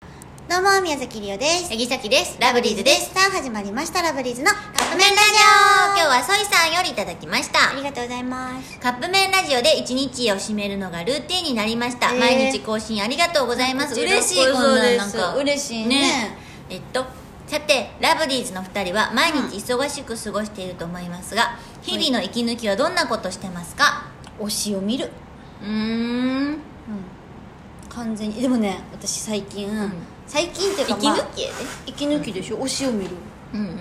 どうも宮崎りおです柳崎ですラブリーズですさあ始まりましたラブリーズのカカップ麺ラジオ今日はソイさんよりいただきましたありがとうございますカップ麺ラジオで一日を締めるのがルーティンになりました、えー毎日更新ありがとうございます嬉嬉ししいいここんなんんなんなんなかんか嬉しいねえっとさてラブリーズの2人は毎日忙しく過ごしていると思いますが、日々の息抜きはどんなことしてますか推しを見るうーん完全にでもね私最近、最近っていうか、息まあ抜きやで、息抜きでしょ、推しを見るうんうんうん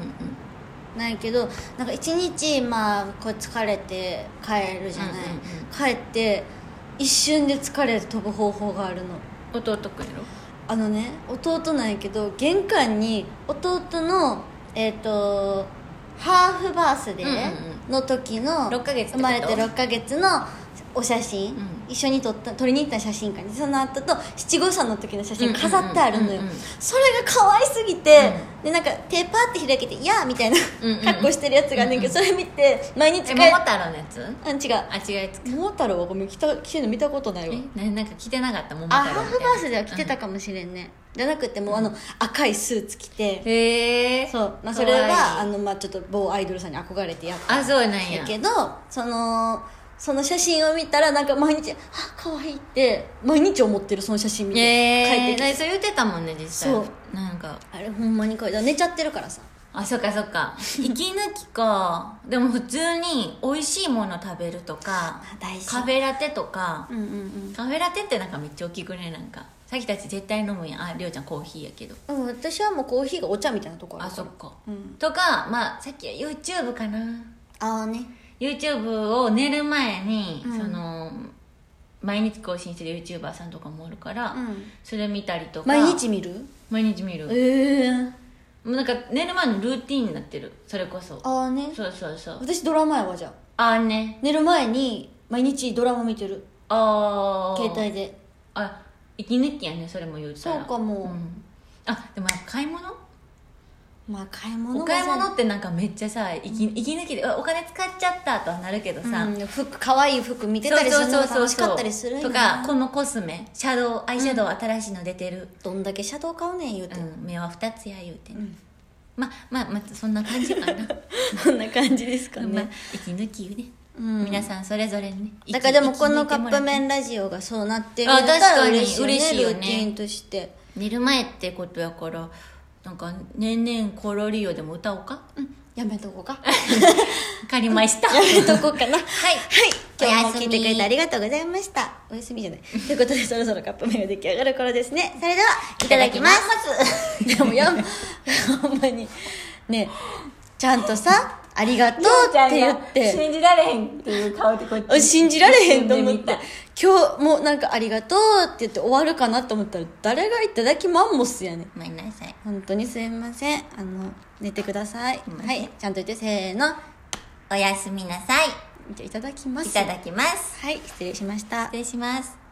ないけどなんか一日まあこう疲れて帰るじゃない、うんうんうん帰って一瞬で疲れ飛ぶ方法があるの弟くんやろあのね弟なんやけど玄関に弟のえっ、とハーフバースデーの時の、六ヶ月ってこと生まれて6ヶ月のお写真、ん一緒に撮った撮りに行った写真館にその後と七五三の時の写真飾ってあるのよ、うんうんうんうんそれが可愛すぎて、でなんか手パーって開けて「いやー」みたいなうんうんうん格好してるやつがあんねんけど、それ見て毎日え帰っ桃太郎のやつあ違うあ違うやつ桃太郎はごめん着た着てるの見たことないわえななんか着てなかった桃太あ郎ハーフバースでは着てたかもしれんね、じゃなくてもうあの赤いスーツ着て、へえそう、まあ、それがあのの、まあ、ちょっと某アイドルさんに憧れてやっあそうなんたやけどそのその写真を見たらなんか毎日「あ可愛いって毎日思ってるその写真見て、え帰ってえきてそれ言ってたもんね実際そうなんかあれほんまに可愛いだから寝ちゃってるからさあそっかそっか 息抜きかでも普通に美味しいもの食べるとか大事カフェラテとかう、んうんうんカフェラテってなんかめっちゃ大きくねなんかさきたち絶対飲むやんありょうちゃんコーヒーやけどでも私はもうコーヒーがお茶みたいなとこああるかそらっか、うんとかまあさっきは YouTube かなああね YouTube を寝る前に、うんその毎日更新してる YouTuber さんとかもおるから、うんそれ見たりとか毎日見る毎日見るもええー、うなんか寝る前のルーティンになってるそれこそああねそうそうそう私ドラマやわじゃあああね寝る前に毎日ドラマ見てるああ携帯であ息抜きやねそれも言うたらそうかもんあでもやっぱ買い物まあ買い物おも買いさ物ってなんかめっちゃさ息息抜きでうわお金使っちゃったとはなるけどさ、うん、服可愛い服見てたりするのが楽しかったりするんやとかこのコスメシャドウアイシャドウ新しいの出てる、どんだけシャドウ買うねん言うて、 うん目は2つや言うてね、ままあまあそんな感じかな、 こんな感じですかまあ、息抜きよね、うん皆さんそれぞれにねだからでもこの息カ抜ッいてもらプって麺ラジオがそうなってるあだったら嬉しいよね確かに嬉しいよねルーティンとして寝る前ってことやからなんか「年々コロリオ」でも歌おうかうんやめとこうかわかり ましたやめとこうかなはい、今日もおやす聞みいてくれてありがとうございましたおやすみじゃないということでそろそろカップ麺が出来上がる頃ですねそれではいただきます でもやんほんまにねえちゃんとさありがとうって言ってじられへんっていう顔でこうやってあ信じられへんと思っ見てた今日もなんか「ありがとう」って言って終わるかなと思ったら誰が「いただきマンモス」やねんごめんなさい本当にすいませんあの寝てくださいんはいちゃんと言ってせーのおやすみなさいじゃあいただきますいただきますはい失礼しました失礼します